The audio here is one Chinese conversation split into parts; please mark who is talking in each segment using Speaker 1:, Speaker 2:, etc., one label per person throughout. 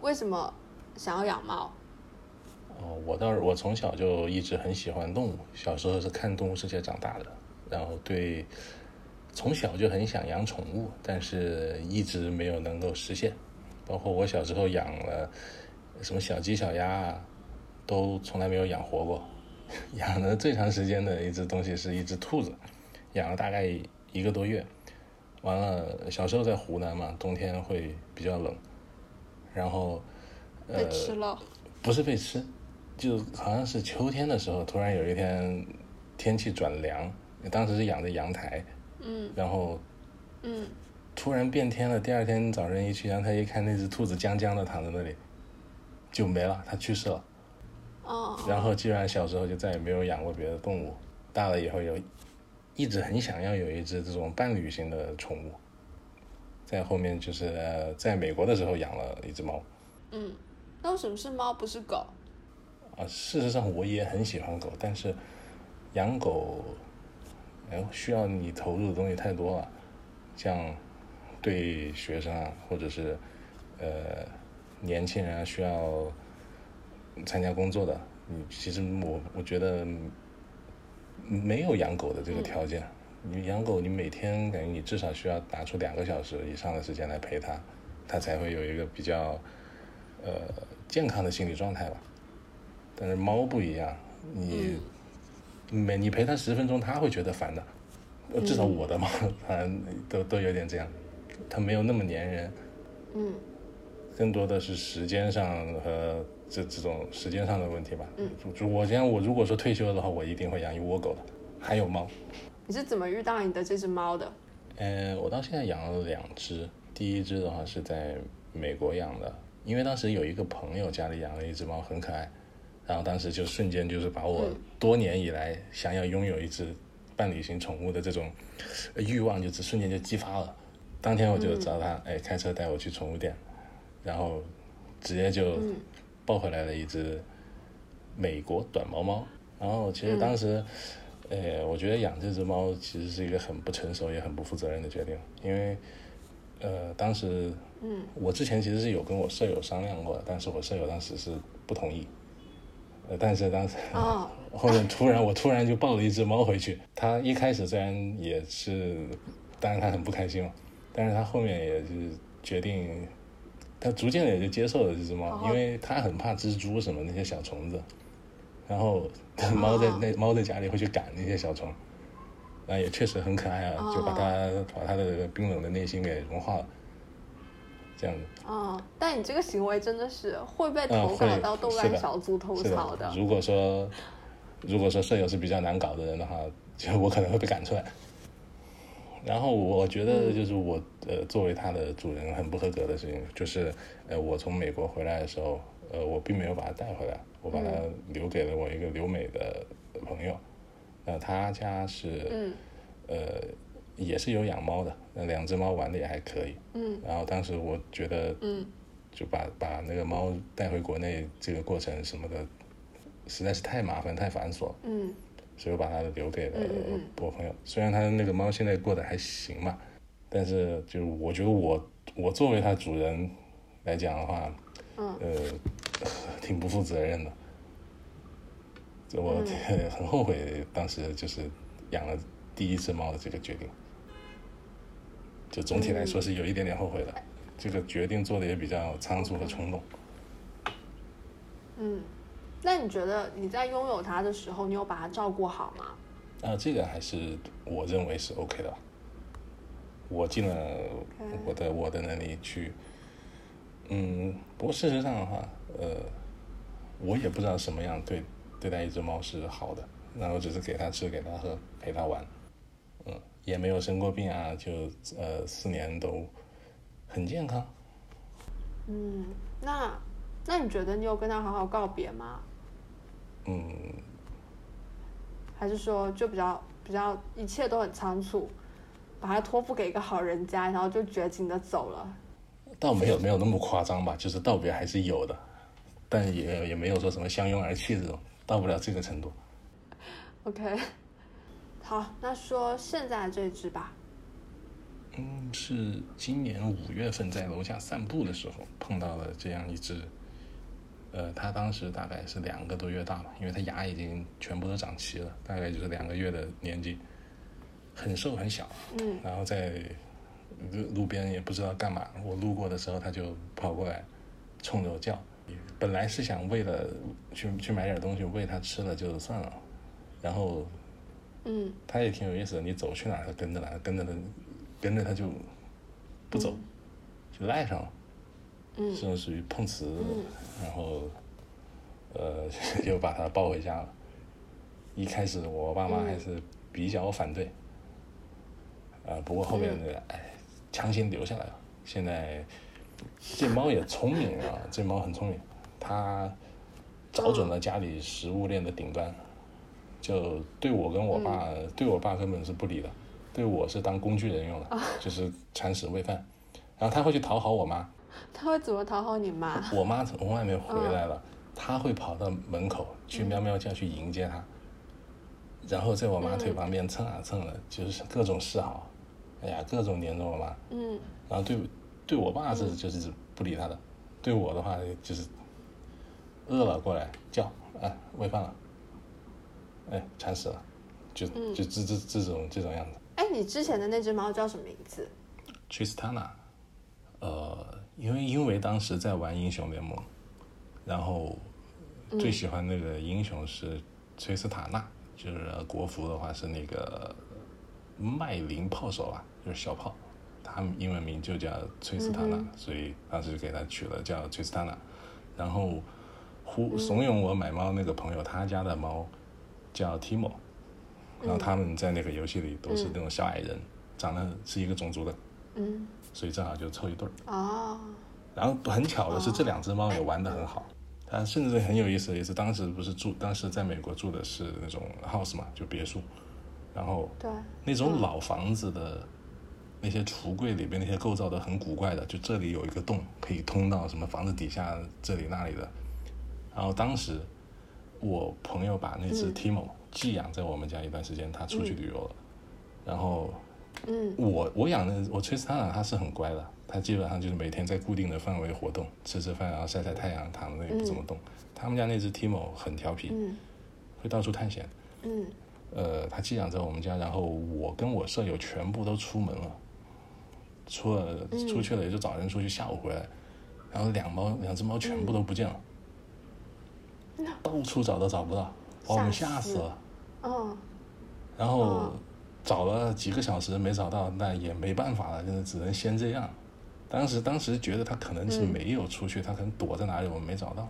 Speaker 1: 为什么想要养猫？
Speaker 2: 哦，我倒是我从小就一直很喜欢动物，小时候是看《动物世界》长大的，然后对从小就很想养宠物，但是一直没有能够实现。包括我小时候养了什么小鸡、小鸭啊，都从来没有养活过。 养的最长时间的一只东西是一只兔子，养了大概一个多月。完了，小时候在湖南嘛，冬天会比较冷，然后呃
Speaker 1: 被吃了？
Speaker 2: 不是被吃，就好像是秋天的时候，突然有一天天气转凉，当时是养在阳台，
Speaker 1: 嗯
Speaker 2: 然后
Speaker 1: 嗯，
Speaker 2: 突然变天了。第二天早晨一去阳台一看，那只兔子僵僵的躺在那里，就没了，它去世了。
Speaker 1: 哦，
Speaker 2: 然后基本上小时候就再也没有养过别的动物，大了以后有一直很想要有一只这种伴侣型的宠物。在后面就是、呃在美国的时候养了一只猫，
Speaker 1: 嗯，那为什么是猫不是狗？
Speaker 2: 啊，事实上我也很喜欢狗，但是养狗，哎呦，需要你投入的东西太多了，像对学生啊，或者是呃年轻人啊，需要参加工作的，你其实我我觉得没有养狗的这个条件。你养狗，你每天感觉你至少需要拿出两个小时以上的时间来陪它，它才会有一个比较呃健康的心理状态吧。但是猫不一样，你每你陪它十分钟，它会觉得烦的。呃至少我的猫，它都都有点这样，它没有那么粘人，
Speaker 1: 嗯
Speaker 2: 更多的是时间上和这这种时间上的问题吧。嗯，就我这样，我如果说退休的话，我一定会养一窝狗的，还有猫。
Speaker 1: 你是怎么遇到你的这只猫的？
Speaker 2: 呃，我到现在养了两只，第一只的话是在美国养的，因为当时有一个朋友家里养了一只猫，很可爱，然后当时就瞬间就是把我多年以来想要拥有一只伴侣型宠物的这种呃欲望，就是瞬间就激发了。当天我就找他，哎，开车带我去宠物店，然后直接就抱回来了一只美国短毛猫。然后其实当时。呃，我觉得养这只猫其实是一个很不成熟也很不负责任的决定，因为，呃，当时，嗯，我之前其实是有跟我舍友商量过的，但是我舍友当时是不同意，呃，但是当时、
Speaker 1: 哦，
Speaker 2: 后面突然我突然就抱了一只猫回去，它一开始虽然也是，当然它很不开心嘛，但是它后面也就是决定，它逐渐的也就接受了这只猫，因为它很怕蜘蛛什么那些小虫子，然后猫在那猫在家里会去赶那些小虫，那也确实很可爱啊，就把它把它的冰冷的内心给融化了，这样子。
Speaker 1: 哦，但你这个行为真的是会被
Speaker 2: 嗯
Speaker 1: 投稿
Speaker 2: 会
Speaker 1: 到豆
Speaker 2: 是
Speaker 1: 瓣
Speaker 2: 的
Speaker 1: 小组吐
Speaker 2: 是
Speaker 1: 槽的。
Speaker 2: 如果说如果说舍友是比较难搞的人的话， 就我可能会被赶出来。然后我觉
Speaker 1: 嗯
Speaker 2: 得就是我、呃作为它的主人很不合格的事情，就是呃我从美国回来的时候，呃我并没有把它带回来，我把它
Speaker 1: 嗯
Speaker 2: 留给了我一个留美的朋友，呃他家是、
Speaker 1: 嗯
Speaker 2: 呃也是有养猫的，那两只猫玩的也还可以，
Speaker 1: 嗯
Speaker 2: 然后当时我觉得
Speaker 1: 嗯
Speaker 2: 就把把那个猫带回国内这个过程什么的，实在是太麻烦太繁琐了，
Speaker 1: 嗯
Speaker 2: 所以我把它留给了
Speaker 1: 嗯嗯嗯
Speaker 2: 我朋友。虽然它那个猫现在过得还行嘛，但是就是我觉得我我作为它主人来讲的话，
Speaker 1: 嗯
Speaker 2: 呃， 挺不负责任的。
Speaker 1: 嗯
Speaker 2: 就我很后悔当时就是养了第一只猫的这个决定，就总体来
Speaker 1: 嗯
Speaker 2: 说是有一点点后悔的。这个决定做的也比较仓促和冲动。
Speaker 1: 嗯。那你觉得你在拥有它的时候，你有把它照顾好吗？
Speaker 2: 啊，这个还是我认为是 OK 的吧。我尽了我的我的能力去，嗯，不过事实上的话，呃，我也不知道什么样对对待一只猫是好的，然后只是给它吃、给它喝、陪它玩，嗯，也没有生过病啊，就呃四年都很健康。
Speaker 1: 嗯，那那你觉得你有跟它好好告别吗？
Speaker 2: 嗯，
Speaker 1: 还是说就比较比较一切都很仓促，把它托付给一个好人家，然后就绝情的走了？
Speaker 2: 倒没有没有那么夸张吧，就是道别还是有的，但也也没有说什么相拥而泣这种，到不了这个程度。
Speaker 1: OK，好，那说现在这只吧。
Speaker 2: 嗯，是今年五月份在楼下散步的时候碰到了这样一只，呃，它当时大概是两个多月大吧，因为它牙已经全部都长齐了，大概就是两个月的年纪，很瘦很小，
Speaker 1: 嗯，
Speaker 2: 然后在路路边也不知道干嘛，我路过的时候它就跑过来冲着我叫，本来是想为了去去买点东西喂它吃了就算了，然后
Speaker 1: 嗯，
Speaker 2: 它也挺有意思的，你走去哪儿它跟着哪儿，跟着它跟着它就不走，就赖上了。
Speaker 1: 嗯
Speaker 2: 这种属于碰瓷，
Speaker 1: 嗯
Speaker 2: 然后呃又把它抱回家了。一开始我爸妈
Speaker 1: 嗯
Speaker 2: 还是比较反对，啊，不过后面
Speaker 1: 嗯
Speaker 2: 呢，哎，强行留下来了。现在这猫也聪明啊，这猫很聪明，它找准了家里食物链的顶端，就对我跟我爸，对我爸根本是不理的，对我是当工具人用的，就是铲屎喂饭。然后它会去讨好我妈，
Speaker 1: 他会怎么讨好你妈？
Speaker 2: 我妈从外面回来了，她会跑到门口去喵喵叫去迎接她，然后在我妈腿旁边蹭啊蹭的，就是各种示好，哎呀，各种黏着我妈。
Speaker 1: 嗯
Speaker 2: 然后对对我爸是就是不理她的，对我的话就是饿了过来叫，哎，喂饭了，哎，馋死了，就
Speaker 1: 嗯
Speaker 2: 就这这这种这种样子。
Speaker 1: 哎，你之前的那只猫叫什么名字？
Speaker 2: Tristana，呃，因为因为当时在玩英雄联盟，然后最喜欢那个英雄是崔斯塔纳，就是国服的话是那个麦林炮手吧，就是小炮，他们英文名就叫崔斯塔纳，所以当时就给他取了叫崔斯塔纳。然后忽怂恿我买猫那个朋友，他家的猫叫 Timo，然后他们在那个游戏里都是那种小矮人，长得是一个种族的，
Speaker 1: 嗯，
Speaker 2: 所以正好就凑一对儿。
Speaker 1: 哦，
Speaker 2: 然后很巧的是，这两只猫也玩得很好。它甚至很有意思的一次，当时不是住，当时在美国住的是那种 house 嘛，就别墅，然后
Speaker 1: 对，
Speaker 2: 那种老房子的那些橱柜里边那些构造都很古怪的，就这里有一个洞可以通到什么房子底下这里那里的。然后当时我朋友把那只 Timo 寄养在我们家一段时间，他出去旅游了，然后
Speaker 1: 嗯
Speaker 2: 我我养的我崔斯塔纳它是很乖的，它基本上就是每天在固定的范围活动，吃吃饭，然后晒晒太阳，躺着也不怎么动。他们家那只 Timo 很调皮，
Speaker 1: 嗯
Speaker 2: 会到处探险。
Speaker 1: 嗯
Speaker 2: 呃，它寄养在我们家，然后我跟我舍友全部都出门了，出了出去了也就早晨出去，下午回来，然后两猫两只猫全部都不见了，到处找都找不到，把我们吓
Speaker 1: 吓
Speaker 2: 死
Speaker 1: 死
Speaker 2: 了。
Speaker 1: 哦，
Speaker 2: 然后找了几个小时没找到，那也没办法了，就是只能先这样。当时当时觉得他可能是没有出去，他可能躲在哪里，我们没找到。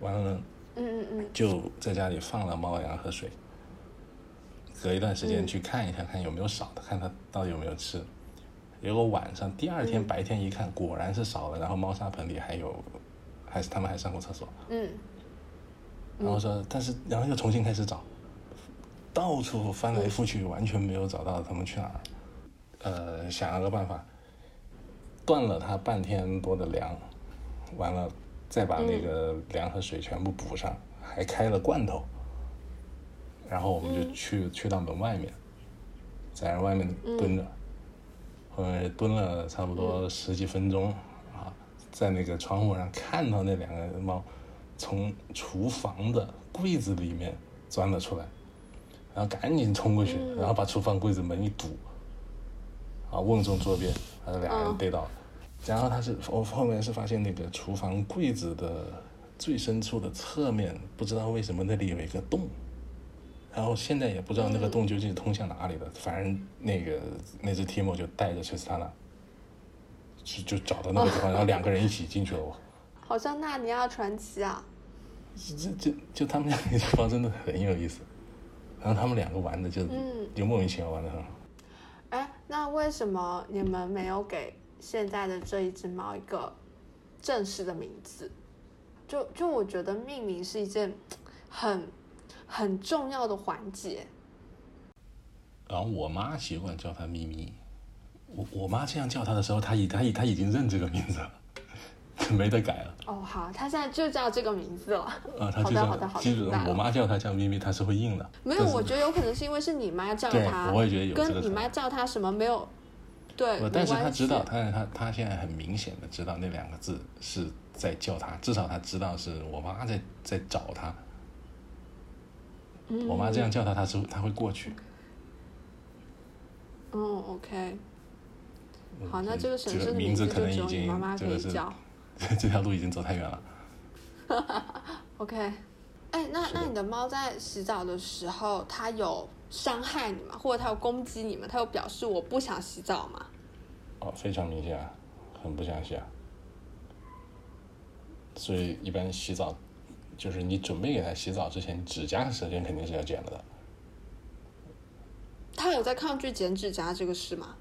Speaker 2: 完了
Speaker 1: 嗯嗯嗯
Speaker 2: 就在家里放了猫粮和水，隔一段时
Speaker 1: 嗯
Speaker 2: 间去看一下，看有没有少的，看它到底有没有吃。结果晚上第二
Speaker 1: 嗯
Speaker 2: 天白天一看，果然是少了，然后猫砂盆里还有，还是他们还上过厕所。
Speaker 1: 嗯，
Speaker 2: 然后说，但是然后又重新开始找，到处翻来覆去，完全没有找到他们去哪儿。呃，想了个办法，断了它半天多的粮，完了再把那个粮和水全部补上，还开了罐头。然后我们就去、去到门外面，在那外面蹲着，后面蹲了差不多十几分钟、啊，在那个窗户上看到那两个猫从厨房的柜子里面钻了出来，然后赶紧冲过去，然后把厨房柜子门一堵，啊，瓮中捉鳖，把这俩人逮到了。然后他是我后面是发现那个厨房柜子的最深处的侧面，不知道为什么那里有一个洞，然后现在也不知道那个洞究竟是通向哪里的，反正那个那只 Timo 就带着崔斯塔纳，就就找到那个地方，然后两个人一起进去了。我
Speaker 1: 好像《纳尼亚传奇》啊，
Speaker 2: 这这就他们两个地方真的很有意思，然后他们两个玩的就、
Speaker 1: 嗯
Speaker 2: 就莫名其妙玩的很好。
Speaker 1: 哎，那为什么你们没有给现在的这一只猫一个正式的名字？就就我觉得命名是一件很很重要的环节。
Speaker 2: 然后我妈习惯叫它咪咪，我我妈这样叫它的时候，它已它已它已经认这个名字了， 没得改了。
Speaker 1: 哦，好，它现在就叫这个名字了。
Speaker 2: 啊，它
Speaker 1: 好
Speaker 2: 就
Speaker 1: 的好的
Speaker 2: 叫，
Speaker 1: 好的
Speaker 2: 基本
Speaker 1: 明白
Speaker 2: 上
Speaker 1: 了
Speaker 2: 我妈叫它叫咪咪，它是会应的。
Speaker 1: 没有，我觉得有可能是因为是你妈叫
Speaker 2: 对
Speaker 1: 它，
Speaker 2: 我也觉得有这个
Speaker 1: 跟
Speaker 2: 可
Speaker 1: 你
Speaker 2: 能
Speaker 1: 妈叫它什么没有，对
Speaker 2: 不，，但是
Speaker 1: 没
Speaker 2: 他
Speaker 1: 关
Speaker 2: 知道，
Speaker 1: 系
Speaker 2: 但是他他现在很明显的知道那两个字是在叫他，至少他知道是我妈在在找他，我妈这样叫他，他是他会过去。
Speaker 1: 嗯，OK，好，那
Speaker 2: 嗯
Speaker 1: 这个省
Speaker 2: 这
Speaker 1: 市
Speaker 2: 个
Speaker 1: 的
Speaker 2: 名字
Speaker 1: 字
Speaker 2: 可
Speaker 1: 就
Speaker 2: 能
Speaker 1: 只
Speaker 2: 已
Speaker 1: 有你
Speaker 2: 经
Speaker 1: 妈妈
Speaker 2: 这
Speaker 1: 可
Speaker 2: 个
Speaker 1: 以
Speaker 2: 是
Speaker 1: 叫
Speaker 2: 这条路已经走太远了。
Speaker 1: ，OK。哎，那
Speaker 2: 是的
Speaker 1: 那你的猫在洗澡的时候，它有伤害你吗？或者它有攻击你吗？它有表示我不想洗澡吗？
Speaker 2: 哦，非常明显啊，很不想洗啊。所以一般洗澡，就是你准备给它洗澡之前，指甲首先肯定是要剪了的。
Speaker 1: 它有在抗拒剪指甲这个事吗？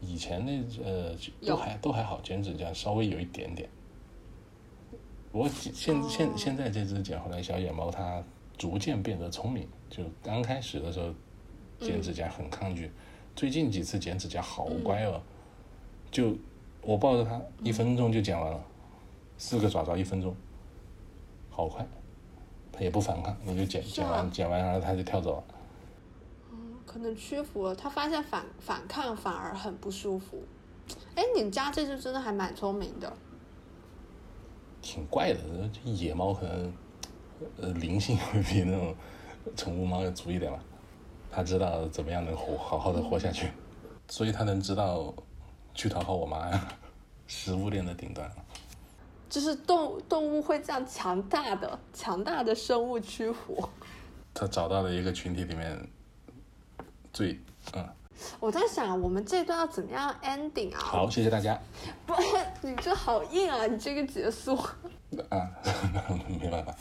Speaker 2: 以前那呃
Speaker 1: 有
Speaker 2: 都还都还好，剪指甲稍微有一点点。我
Speaker 1: 哦
Speaker 2: 现现现在这只捡回来小野猫，它逐渐变得聪明。就刚开始的时候，剪指甲很抗拒，最近几次剪指甲好乖
Speaker 1: 嗯
Speaker 2: 哦，就我抱着它一分钟就剪完了，四个爪爪一分钟，好快，它也不反抗，你就剪
Speaker 1: 是
Speaker 2: 剪
Speaker 1: 啊
Speaker 2: 完剪完，然后它就跳走了。
Speaker 1: 可能屈服了，他发现反反抗反而很不舒服。哎，你家这只真的还蛮聪明的，
Speaker 2: 挺怪的。这野猫可能呃灵性会比那种宠物猫要足一点吧，它知道怎么样能活好好的活下去，所以它能知道去讨好我妈呀，食物链的顶端。
Speaker 1: 就是动动物会这样强大的强大的生物屈服。
Speaker 2: 它找到了一个群体里面最嗯
Speaker 1: 我在想，我们这段要怎么样 ending 啊？
Speaker 2: 好，谢谢大家
Speaker 1: 不，你这好硬啊！你这个结束。
Speaker 2: 啊，没办法。